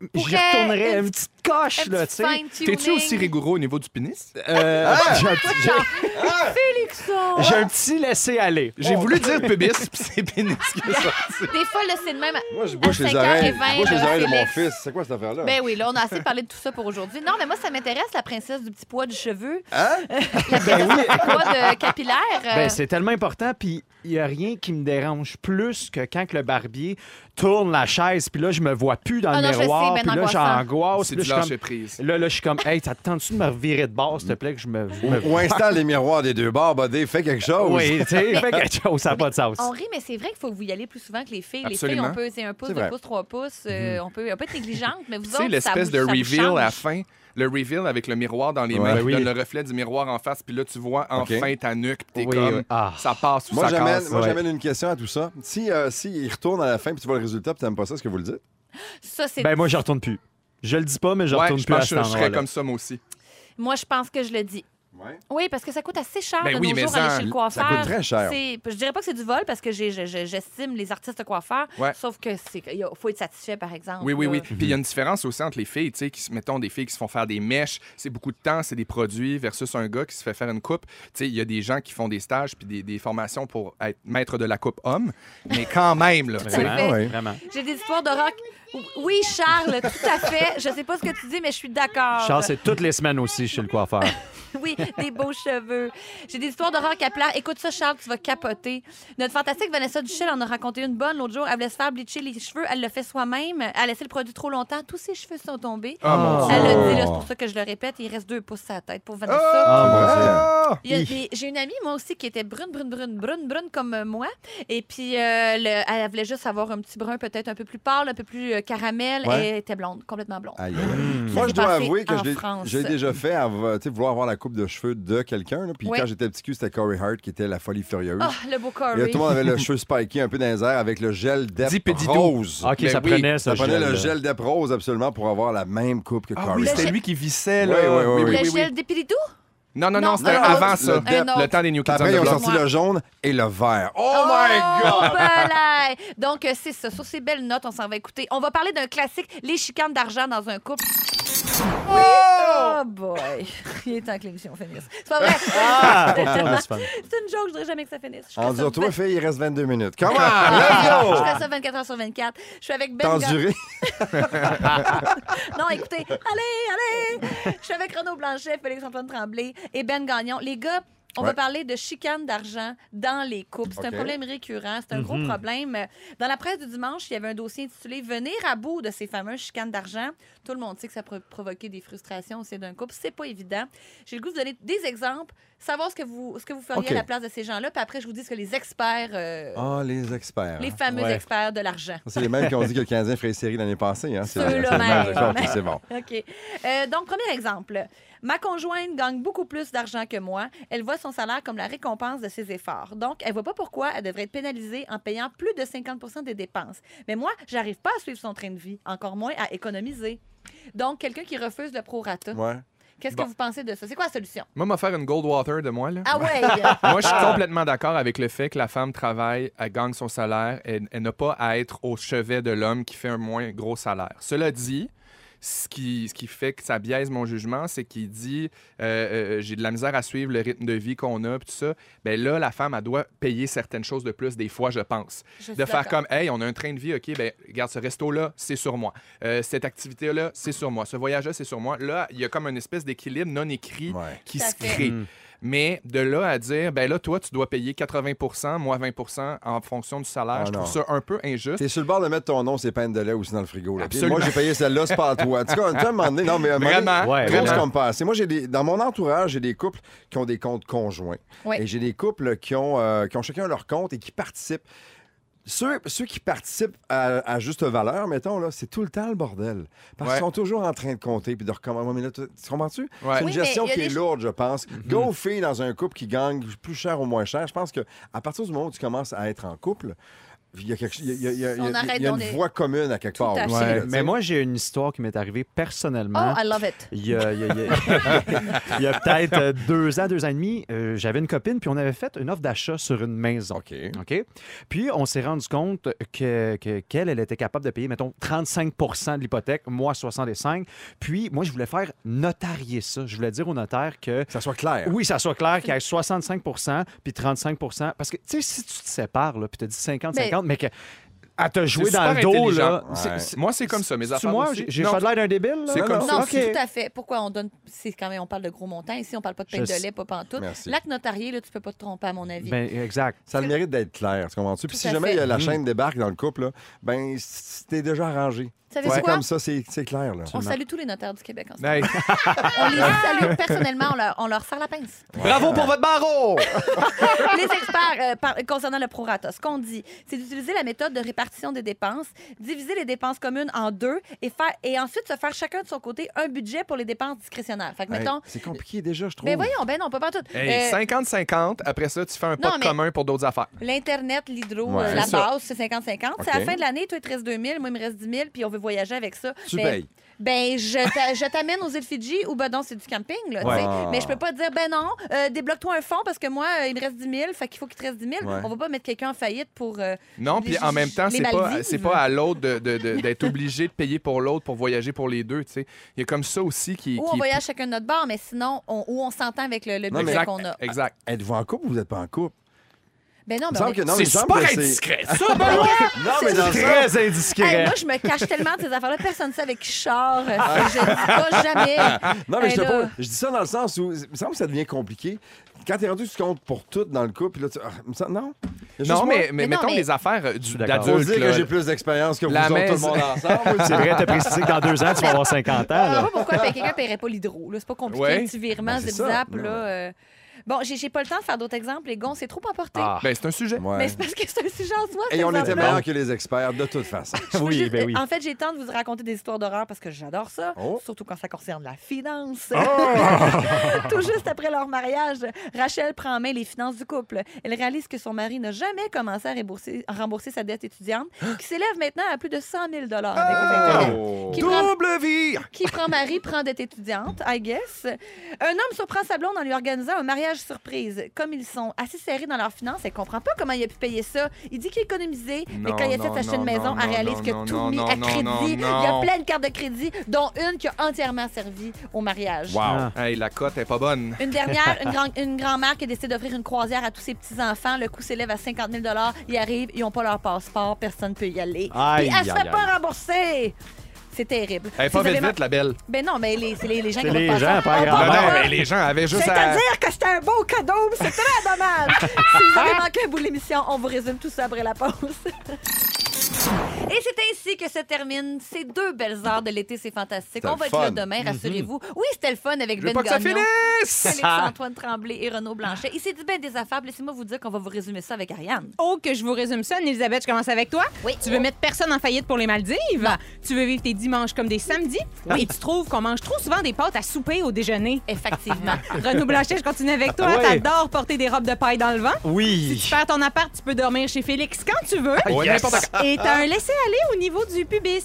Speaker 3: J'y
Speaker 2: Pourrait-
Speaker 3: retournerais
Speaker 2: une
Speaker 3: une petite coche,
Speaker 2: Un
Speaker 3: là, tu
Speaker 2: petit
Speaker 3: sais.
Speaker 2: fine-tuning.
Speaker 5: T'es-tu aussi rigoureux au niveau du pénis?
Speaker 3: Euh,
Speaker 5: Ah!
Speaker 3: j'ai un petit- j'ai-
Speaker 2: Félixon!
Speaker 3: j'ai un petit laisser-aller.
Speaker 5: J'ai voulu dire pubis, puis c'est pénis qui est sorti.
Speaker 2: Des fois, là, c'est le même.
Speaker 4: Moi, je
Speaker 2: À
Speaker 4: bouche les
Speaker 2: 5 heures et
Speaker 4: oreilles.
Speaker 2: vingt,
Speaker 4: Je bouche les
Speaker 2: là,
Speaker 4: oreilles de mon
Speaker 2: Félix.
Speaker 4: fils. C'est quoi cette affaire-là?
Speaker 2: Ben oui, là, on a assez parlé de tout ça pour aujourd'hui. Non, mais moi, ça m'intéresse, la princesse du petit poids du cheveu.
Speaker 4: Hein?
Speaker 5: Ben
Speaker 2: La princesse du petit poids de capillaire. euh,
Speaker 3: Ben, c'est tellement important, puis il n'y a rien qui me dérange plus que quand que le barbier tourne la chaise, puis là, je me vois plus dans
Speaker 2: Ah
Speaker 3: le
Speaker 2: non, je
Speaker 3: miroir,
Speaker 2: sais, ben
Speaker 3: puis là,
Speaker 2: angoissant.
Speaker 3: j'angoisse.
Speaker 5: C'est
Speaker 3: puis
Speaker 5: du
Speaker 3: là, je suis
Speaker 5: lâcher prise.
Speaker 3: comme- Là, là, je suis comme, hey, t'attends-tu de me revirer de bord, s'il
Speaker 5: Mm.
Speaker 3: te plaît, que je me. je me-
Speaker 4: Ou installe les miroirs des deux bords, Buddy. Fais quelque chose.
Speaker 3: Oui, tu sais, fais quelque chose, ça n'a pas de sens.
Speaker 2: On rit, mais c'est vrai qu'il faut que vous y allez plus souvent que les filles.
Speaker 5: Absolument. Mhm.
Speaker 2: Les filles, on peut, c'est un pouce,
Speaker 4: C'est
Speaker 2: deux
Speaker 4: vrai.
Speaker 2: pouces, trois pouces. euh, on, peut, on peut être négligente, mais vous
Speaker 5: Tu
Speaker 2: autres,
Speaker 5: sais, l'espèce
Speaker 2: ça
Speaker 5: de
Speaker 2: vous- ça vous
Speaker 5: reveal à la
Speaker 2: change.
Speaker 5: fin, le reveal avec le miroir dans les
Speaker 4: Ouais.
Speaker 5: mains,
Speaker 4: Ben
Speaker 5: qui
Speaker 3: oui.
Speaker 5: donne le reflet du miroir en face, puis là, tu vois enfin ta nuque, puis t'es
Speaker 3: Oui,
Speaker 5: comme,
Speaker 3: oui. Ah.
Speaker 5: ça passe ou
Speaker 4: Moi,
Speaker 5: ça
Speaker 4: j'amène,
Speaker 5: casse.
Speaker 4: moi,
Speaker 3: ouais.
Speaker 4: j'amène une question à tout ça. Si, euh, si il retourne à la fin puis tu vois le résultat puis t'aimes pas ça, ce que vous le dites?
Speaker 2: Ça, c'est...
Speaker 3: Ben, moi, je retourne plus. Je le dis pas, mais je
Speaker 5: Ouais,
Speaker 3: retourne
Speaker 5: je
Speaker 3: plus
Speaker 5: pense
Speaker 3: à
Speaker 5: que
Speaker 3: cet
Speaker 5: je- je serais
Speaker 3: endroit-là.
Speaker 5: comme ça, moi aussi.
Speaker 2: Moi, je pense que je le dis.
Speaker 4: Ouais.
Speaker 2: Oui, parce que ça coûte assez cher
Speaker 5: Ben
Speaker 2: de
Speaker 5: oui,
Speaker 2: nos
Speaker 5: mais
Speaker 2: jours
Speaker 5: ça,
Speaker 2: aller chez le coiffeur.
Speaker 4: coûte très cher.
Speaker 2: C'est- Je dirais pas que c'est du vol parce que j'ai- je- je- j'estime les artistes coiffeurs,
Speaker 5: Ouais.
Speaker 2: sauf que c'est il y a- faut être satisfait, par exemple.
Speaker 5: Oui, oui,
Speaker 2: là.
Speaker 5: oui. Puis il y a une différence aussi entre les filles, tu sais, qui, se- mettons, des filles qui se font faire des mèches, c'est beaucoup de temps, c'est des produits, versus un gars qui se fait faire une coupe. Tu sais, il y a des gens qui font des stages puis des, des formations pour être maître de la coupe homme, mais quand même, là, tu sais.
Speaker 2: Tout à fait.
Speaker 3: Vraiment,
Speaker 4: Ouais.
Speaker 3: vraiment.
Speaker 2: J'ai des histoires de rock. Oui, Charles, tout à fait. Je sais pas ce que tu dis, mais je suis d'accord.
Speaker 3: Charles, c'est toutes les semaines aussi chez le coiffeur.
Speaker 2: Oui, des beaux cheveux. J'ai des histoires de rock à plat. Écoute ça, Charles, tu vas capoter. Notre fantastique Vanessa Duchel en a raconté une bonne l'autre jour. Elle voulait se faire bleacher les cheveux. Elle le fait soi-même. Elle a laissé le produit trop longtemps. Tous ses cheveux sont tombés.
Speaker 5: Ah, mon Dieu.
Speaker 2: Elle
Speaker 4: Oh.
Speaker 2: a dit, là, c'est pour ça que je le répète, il reste deux pouces à la tête pour Vanessa.
Speaker 3: Ah,
Speaker 2: Il y a- mais J'ai une amie, moi aussi, qui était brune, brune, brune, brune, brune comme euh, moi. Et puis, euh, le- elle voulait juste avoir un petit brun peut-être un peu plus pâle, un peu plus euh, caramel.
Speaker 4: Ouais.
Speaker 2: Et elle était blonde, complètement blonde.
Speaker 4: Aïe, aïe,
Speaker 5: Hmm.
Speaker 4: aïe. Moi, je
Speaker 2: s'est
Speaker 4: dois
Speaker 2: passé
Speaker 4: avouer que
Speaker 2: en
Speaker 4: je l'ai-
Speaker 2: France.
Speaker 4: j'ai déjà fait avoir- tu sais, vouloir avoir la coupe de cheveux de quelqu'un. là. Puis
Speaker 2: Ouais.
Speaker 4: quand j'étais petit cul, c'était Corey Hart qui était la folie furieuse.
Speaker 2: Ah, le beau
Speaker 4: Et là,
Speaker 2: Corey.
Speaker 4: tout le monde avait le cheveu spiky un peu dans les airs avec le gel d'ep
Speaker 5: Dipididou.
Speaker 4: rose.
Speaker 3: Ah, OK,
Speaker 5: Ben
Speaker 3: ça
Speaker 5: oui,
Speaker 3: prenait ça.
Speaker 4: Ça prenait le gel d'ep rose absolument pour avoir la même coupe que
Speaker 5: Ah
Speaker 4: Corey
Speaker 5: oui,
Speaker 4: Hart.
Speaker 5: c'était lui qui vissait, là.
Speaker 4: Oui, oui, oui,
Speaker 2: Le
Speaker 4: oui,
Speaker 2: gel d'Epilitou?
Speaker 5: Non, non, non,
Speaker 2: Non,
Speaker 5: c'était
Speaker 2: non,
Speaker 5: avant
Speaker 2: non,
Speaker 5: ça.
Speaker 4: le dep.
Speaker 5: Le temps des New
Speaker 4: Puis
Speaker 5: Kids on
Speaker 4: après, ils
Speaker 5: the
Speaker 4: ont
Speaker 5: Block.
Speaker 4: sorti le jaune et le
Speaker 2: Ah,
Speaker 4: vert. Oh, my God!
Speaker 2: my God! Donc, euh, c'est ça. Sur ces belles notes, on s'en va écouter. On va parler d'un classique, les chicanes d'argent dans un couple. Oui! Oh boy! Il est en que l'émission finisse. C'est pas vrai!
Speaker 3: Ah, pourtant, c'est fun.
Speaker 2: C'est une joke, je dirais jamais que ça finisse. Je
Speaker 4: En
Speaker 2: ferais ça Ah,
Speaker 4: disant, toi,
Speaker 2: vingt-
Speaker 4: fille, il reste 22 minutes. Comment?
Speaker 2: Je
Speaker 4: Let's go!
Speaker 2: fais ça 24 heures sur 24. Je suis avec Ben.
Speaker 4: T'as
Speaker 2: Ga-
Speaker 4: enduré?
Speaker 2: Non, écoutez, allez, allez! Je suis avec Renaud Blanchet, Félix-Antoine Tremblay et Ben Gagnon. Les gars, on va
Speaker 4: Ouais.
Speaker 2: parler de chicane d'argent dans les couples. C'est un
Speaker 4: OK. Mm-hmm.
Speaker 2: problème récurrent, c'est un gros problème. Dans la presse du dimanche, il y avait un dossier intitulé Venir à bout de ces fameuses chicanes d'argent. Tout le monde sait que ça peut provoquer des frustrations au sein d'un couple. C'est pas évident. J'ai le goût de vous donner des exemples, savoir ce que vous, ce que vous feriez
Speaker 4: OK.
Speaker 2: à la place de ces gens-là, puis après, je vous dis ce que les experts, euh,
Speaker 4: Ah, les experts.
Speaker 2: les
Speaker 4: hein.
Speaker 2: fameux
Speaker 3: Ouais.
Speaker 2: experts de l'argent.
Speaker 4: C'est les mêmes qui ont dit que le Canadien ferait série l'année passée. Hein? C'est
Speaker 2: Ceux-là
Speaker 4: c'est les mêmes
Speaker 2: même.
Speaker 4: experts. OK, c'est bon.
Speaker 2: OK. Euh, donc, premier exemple. Ma conjointe gagne beaucoup plus d'argent que moi. Elle voit son salaire comme la récompense de ses efforts. Donc, elle voit pas pourquoi elle devrait être pénalisée en payant plus de 50 des dépenses. Mais moi, j'arrive pas à suivre son train de vie, encore moins à économiser. Donc, quelqu'un qui refuse le prorata.
Speaker 4: Ouais.
Speaker 2: Qu'est-ce
Speaker 5: Bon.
Speaker 2: que vous pensez de ça? C'est quoi la solution?
Speaker 5: Moi, m'a faire une Goldwater de moi, là.
Speaker 2: Ah ouais!
Speaker 5: Moi, je suis complètement d'accord avec le fait que la femme travaille, elle gagne son salaire, elle, elle n'a pas à être au chevet de l'homme qui fait un moins gros salaire. Cela dit, ce qui, ce qui fait que ça biaise mon jugement, c'est qu'il dit euh, euh, j'ai de la misère à suivre le rythme de vie qu'on a, puis tout ça. Ben là, la femme, elle doit payer certaines choses de plus, des fois, je pense.
Speaker 2: Je suis
Speaker 5: de faire
Speaker 2: d'accord.
Speaker 5: comme hey, on a un train de vie, OK, ben regarde, ce resto-là, c'est sur moi. Euh, cette activité-là, c'est sur moi. Ce voyage-là, c'est sur moi. Là, il y a comme une espèce d'équilibre non écrit
Speaker 4: Ouais.
Speaker 5: qui
Speaker 2: Tout à
Speaker 5: se
Speaker 2: fait.
Speaker 5: crée.
Speaker 3: Mm.
Speaker 5: Mais de là à dire, ben là, toi, tu dois payer 80 moi 20 en fonction du salaire,
Speaker 4: Ah
Speaker 5: je
Speaker 4: non.
Speaker 5: trouve ça un peu injuste.
Speaker 4: T'es sur le bord de mettre ton nom, c'est peines de lait aussi dans le frigo. là.
Speaker 5: Absolument.
Speaker 4: Moi, j'ai payé celle-là, c'est pas à toi. Tu sais, à un moment donné, non, mais à un moment donné,
Speaker 5: Vraiment,
Speaker 3: Ouais,
Speaker 4: grosse
Speaker 5: vraiment.
Speaker 4: comme passe. Et Moi, j'ai des, dans mon entourage, j'ai des couples qui ont des comptes conjoints.
Speaker 2: Ouais.
Speaker 4: Et j'ai des couples qui ont, euh, qui ont chacun leur compte et qui participent. Ceux, ceux qui participent à, à juste valeur, mettons, là, c'est tout le temps le bordel. Parce
Speaker 5: Ouais.
Speaker 4: qu'ils sont toujours en train de compter puis de recommander. Mais là, tu tu comprends-tu?
Speaker 5: Ouais.
Speaker 4: C'est
Speaker 2: Oui,
Speaker 4: une
Speaker 2: mais
Speaker 4: gestion
Speaker 2: il y a
Speaker 4: qui
Speaker 2: des
Speaker 4: est
Speaker 2: cho-
Speaker 4: lourde, je pense. Go fille dans un couple qui gagne plus cher ou moins cher. Je pense que à partir du moment où tu commences à être en couple, il y a, quelque, il y a- il y a- il y a-
Speaker 2: On
Speaker 4: il y a
Speaker 2: arrête, on
Speaker 4: une
Speaker 2: est-
Speaker 4: voie commune à quelque part.
Speaker 2: à
Speaker 4: aussi,
Speaker 2: fait.
Speaker 3: Ouais,
Speaker 4: là, tu sais.
Speaker 3: mais moi, j'ai une histoire qui m'est arrivée personnellement.
Speaker 2: Oh, I love it.
Speaker 3: Il y a, il y a- il y a- il y a peut-être euh, deux ans, deux ans et demi, euh, j'avais une copine, puis on avait fait une offre d'achat sur une maison.
Speaker 4: OK.
Speaker 3: OK? Puis on s'est rendu compte que, que- qu'elle, elle était capable de payer, mettons, 35 de l'hypothèque, moi, 65 Puis moi, je voulais faire notarier ça. Je voulais dire au notaire que
Speaker 4: Que ça soit clair.
Speaker 3: oui, ça soit clair qu'il y a 65 puis 35 Parce que, tu sais, si tu te sépares, là, puis tu dis
Speaker 2: Ben
Speaker 3: 50-50, mais, que. Elle t'a joué
Speaker 5: C'est
Speaker 3: dans le
Speaker 5: super
Speaker 3: dos,
Speaker 5: intelligent.
Speaker 3: là.
Speaker 4: Ouais.
Speaker 5: Moi, c'est comme ça, mes
Speaker 3: C'est-tu
Speaker 5: affaires
Speaker 3: moi,
Speaker 5: aussi.
Speaker 3: j'ai
Speaker 5: Non.
Speaker 3: pas l'air d'un débile, là?
Speaker 5: C'est comme
Speaker 2: Non,
Speaker 5: ça.
Speaker 2: c'est tout à fait. Pourquoi on donne. C'est quand même, on parle de gros montants. Ici, on parle pas de pain
Speaker 3: Je sais.
Speaker 2: de lait, pas pantoute.
Speaker 4: Merci.
Speaker 2: L'acte notarié, là, tu peux pas te tromper, à mon avis.
Speaker 3: Ben, exact.
Speaker 4: Ça a le mérite d'être clair, tu comprends-tu? Puis
Speaker 2: Tout
Speaker 4: si
Speaker 2: à
Speaker 4: jamais
Speaker 2: fait.
Speaker 4: il y a la chaîne débarque dans le couple, là, ben c- t'es déjà arrangé.
Speaker 2: Savez-vous
Speaker 4: C'est
Speaker 2: quoi?
Speaker 4: comme ça, c'est c'est clair. Là.
Speaker 2: on salue tous les notaires du Québec en ce moment.
Speaker 3: Ben,
Speaker 5: Hey,
Speaker 2: On les salue personnellement, on leur, on leur serre la pince.
Speaker 3: Bravo pour votre barreau!
Speaker 2: Les experts euh, par- concernant le prorata, ce qu'on dit, c'est d'utiliser la méthode de répartition des dépenses, diviser les dépenses communes en deux et, faire, et ensuite se faire chacun de son côté un budget pour les dépenses discrétionnaires. Fait que,
Speaker 4: Hey,
Speaker 2: mettons,
Speaker 4: c'est compliqué déjà, je trouve.
Speaker 2: ben voyons, ben non, pas partout.
Speaker 5: hey,
Speaker 2: Euh,
Speaker 5: 50-50, après ça, tu fais un pot
Speaker 2: mais-
Speaker 5: commun pour d'autres affaires.
Speaker 2: L'Internet, l'hydro,
Speaker 4: Ouais.
Speaker 2: euh, la
Speaker 5: C'est ça.
Speaker 2: base, c'est 50-50. C'est à la
Speaker 4: OK.
Speaker 2: fin de l'année, toi, il te reste 2 000, moi, il me reste 10 000, puis on veut voyager avec ça.
Speaker 4: Tu
Speaker 2: Ben,
Speaker 4: payes.
Speaker 2: Ben, je t'a- je t'amène aux îles Fidji ou ben non, c'est du camping, là, tu
Speaker 3: Ouais.
Speaker 2: sais.
Speaker 4: Ah.
Speaker 2: Mais je peux pas te dire, ben non, euh, débloque-toi un fonds parce que moi, euh, il me reste 10 000, fait qu'il faut qu'il te reste 10 000.
Speaker 4: Ouais.
Speaker 2: On va pas mettre quelqu'un en faillite pour... euh,
Speaker 5: Non, puis
Speaker 2: les-
Speaker 5: en même temps,
Speaker 2: les
Speaker 5: c'est pas,
Speaker 2: Maldives.
Speaker 5: c'est pas à l'autre de- de- de- d'être obligé de payer pour l'autre pour voyager pour les deux. tu sais. Il y a comme ça aussi qui.
Speaker 2: Ou
Speaker 5: qui-
Speaker 2: on voyage chacun de notre bord, mais sinon, on, ou on s'entend avec le, le
Speaker 4: Non,
Speaker 2: budget
Speaker 5: Exact.
Speaker 2: qu'on a.
Speaker 5: Exact.
Speaker 4: Êtes-vous en couple ou vous n'êtes pas en couple?
Speaker 2: Ben non,
Speaker 4: Il me
Speaker 2: ben,
Speaker 4: semble
Speaker 2: on est-
Speaker 4: que non,
Speaker 5: c'est
Speaker 4: il me semble
Speaker 5: super
Speaker 4: que c'est-
Speaker 5: indiscret, ça, Benoît!
Speaker 4: Non, mais dans le sens-
Speaker 3: Très
Speaker 2: Hey,
Speaker 3: indiscret.
Speaker 2: moi, je me cache tellement de ces affaires-là. Personne ne sait avec qui je sors. Euh, Je ne dis pas jamais.
Speaker 4: Non, mais
Speaker 2: Hey,
Speaker 4: je te
Speaker 2: là.
Speaker 4: pose- Je dis ça dans le sens où il me semble que ça devient compliqué. Quand t'es rendu, tu comptes pour tout dans le couple. puis Là, tu... ah, il me semble- Non? Il y a
Speaker 5: Non,
Speaker 4: juste moi.
Speaker 5: mais, mais
Speaker 2: Mais non,
Speaker 5: mettons
Speaker 2: mais-
Speaker 5: les affaires euh,
Speaker 3: suis
Speaker 5: du-
Speaker 3: d'accord.
Speaker 4: Faut
Speaker 5: d'adultes.
Speaker 4: dire que
Speaker 5: là.
Speaker 4: j'ai plus d'expérience que vous
Speaker 5: La
Speaker 4: autres, tout le
Speaker 5: maison-
Speaker 4: monde ensemble.
Speaker 3: C'est vrai, t'as précisé que dans deux ans, tu vas avoir 50 ans.
Speaker 2: Je
Speaker 3: là.
Speaker 2: ne pas pourquoi paye- quelqu'un ne paierait pas l'hydro. là. C'est pas compliqué.
Speaker 5: Ouais.
Speaker 2: Un petit virement,
Speaker 4: Ben, c'est
Speaker 2: zip
Speaker 4: ça.
Speaker 2: zap.
Speaker 4: Non,
Speaker 2: Là,
Speaker 4: non.
Speaker 2: euh. Bon, j'ai j'ai pas le temps de faire d'autres exemples. Les gons, c'est trop emporté.
Speaker 3: Ah.
Speaker 5: Ben, c'est un sujet.
Speaker 4: Ouais.
Speaker 2: Mais c'est parce que c'est un sujet en soi.
Speaker 4: Et
Speaker 2: ces
Speaker 4: on était
Speaker 2: exemples-là.
Speaker 4: meilleurs que les experts, de toute façon.
Speaker 2: Je veux
Speaker 3: Oui,
Speaker 2: juste-
Speaker 3: ben oui.
Speaker 2: En fait, j'ai le temps de vous raconter des histoires d'horreur parce que j'adore ça,
Speaker 4: Oh.
Speaker 2: surtout quand ça concerne la finance. Tout juste après leur mariage, Rachel prend en main les finances du couple. Elle réalise que son mari n'a jamais commencé à rembourser, à rembourser sa dette étudiante,
Speaker 4: Ah!
Speaker 2: qui s'élève maintenant à plus de 100 000 avec les
Speaker 4: Oh!
Speaker 2: intérêts.
Speaker 5: Oh!
Speaker 2: Qui prend-
Speaker 5: Double vie!
Speaker 2: Qui prend mari prend d'être étudiante, I guess. Un homme surprend sa blonde en lui organisant un mariage surprise. Comme ils sont assez serrés dans leurs finances, elle comprend pas comment il a pu payer ça. Il dit qu'il économisait, mais
Speaker 5: Non,
Speaker 2: quand il
Speaker 5: non,
Speaker 2: essaie d'acheter une
Speaker 5: non,
Speaker 2: maison,
Speaker 5: non,
Speaker 2: elle
Speaker 5: non,
Speaker 2: réalise qu'il
Speaker 5: non,
Speaker 2: a tout
Speaker 5: non,
Speaker 2: mis
Speaker 5: non,
Speaker 2: à
Speaker 5: non,
Speaker 2: crédit.
Speaker 5: non,
Speaker 2: il y
Speaker 5: non.
Speaker 2: a plein de cartes de crédit, dont une qui a entièrement servi au mariage.
Speaker 3: Ah.
Speaker 5: Hey, la cote est pas bonne.
Speaker 2: Une dernière, une, grand- une grand-mère qui décide d'offrir une croisière à tous ses petits-enfants. Le coût s'élève à 50 000 Ils arrivent, ils n'ont pas leur passeport, personne ne peut y aller.
Speaker 3: Aïe,
Speaker 2: Puis elle se
Speaker 3: aïe,
Speaker 2: fait
Speaker 3: aïe.
Speaker 2: pas rembourser! C'est terrible.
Speaker 5: Hey, pas
Speaker 2: Ces
Speaker 5: vite,
Speaker 2: éléments-
Speaker 5: vite, la belle.
Speaker 2: ben non, mais les- c'est les, les gens qui
Speaker 3: C'est
Speaker 2: ont
Speaker 3: les
Speaker 2: pas
Speaker 3: gens,
Speaker 2: ça.
Speaker 3: pas
Speaker 2: Ah,
Speaker 3: grand-mère.
Speaker 2: bon,
Speaker 5: Non,
Speaker 2: bon.
Speaker 4: ben.
Speaker 5: mais Ben, les gens avaient juste à...
Speaker 2: C'est-à-dire que c'était un beau cadeau, mais c'est très dommage. si vous avez manqué un bout de l'émission, on vous résume tout ça après la pause. Et c'est ainsi que se terminent ces deux belles heures de l'été, c'est fantastique.
Speaker 4: C'était
Speaker 2: On
Speaker 4: le
Speaker 2: va être
Speaker 4: fun.
Speaker 2: là demain, rassurez-vous. Oui, c'était le fun avec
Speaker 5: Mhm. Je veux
Speaker 2: Ben
Speaker 5: pas que ça
Speaker 2: Gagnon.
Speaker 5: finisse! Ah.
Speaker 2: Félix-Antoine Tremblay et Renaud Blanchet. Il s'est dit ben des affaires. Laissez-moi vous dire qu'on va vous résumer ça avec Ariane.
Speaker 6: Oh, que je vous résume ça, Elisabeth, je commence avec toi.
Speaker 2: Oui.
Speaker 6: Tu veux mettre personne en faillite pour les Maldives? Tu veux vivre tes dimanches comme des samedis? Et tu trouves qu'on mange trop souvent des pâtes à souper au déjeuner?
Speaker 2: Effectivement.
Speaker 6: Renaud Blanchet, je continue avec toi.
Speaker 3: Ah ouais.
Speaker 6: T'adores porter des robes de paille dans le vent.
Speaker 3: Oui.
Speaker 6: Tu perds ton appart, tu peux dormir chez Félix quand tu veux.
Speaker 5: Ouais,
Speaker 3: Yes.
Speaker 5: n'importe quoi.
Speaker 6: Et t'as un laisser-aller au niveau du pubis.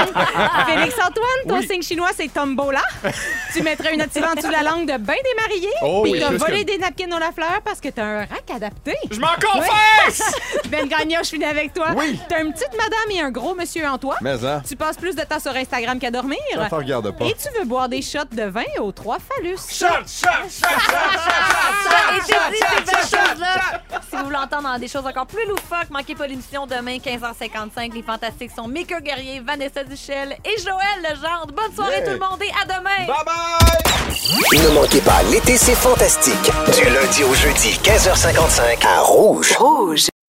Speaker 6: Félix-Antoine, ton signe chinois, c'est Tombola. tu mettrais une attirante sous la langue de bain des mariés.
Speaker 5: Oh
Speaker 6: Puis
Speaker 5: oui,
Speaker 6: t'as
Speaker 5: plus
Speaker 6: volé
Speaker 5: que-
Speaker 6: des napkins aux la fleur parce que t'as un rack adapté.
Speaker 5: Je m'en confesse!
Speaker 6: Ben Gagnon, je finis avec toi.
Speaker 4: Oui.
Speaker 6: T'as une petite madame et un gros monsieur en toi.
Speaker 4: Mais hein,
Speaker 6: Tu passes plus de temps sur Instagram qu'à dormir.
Speaker 4: ça t'en regarde pas.
Speaker 6: Et tu veux boire des shots de vin aux trois phallus.
Speaker 2: Et j'ai dit ces belles choses-là. Si vous voulez entendre dans des choses encore plus loufoques, manquez pas l'émission demain, 15h55. Les fantastiques sont Mika Guerrier, Vanessa Duchel et Joël Legendre. Bonne soirée
Speaker 4: Yeah.
Speaker 2: tout le monde et à demain!
Speaker 1: Ne manquez pas, l'été, c'est fantastique. Du lundi au jeudi, 15h55, à Rouge. Rouge.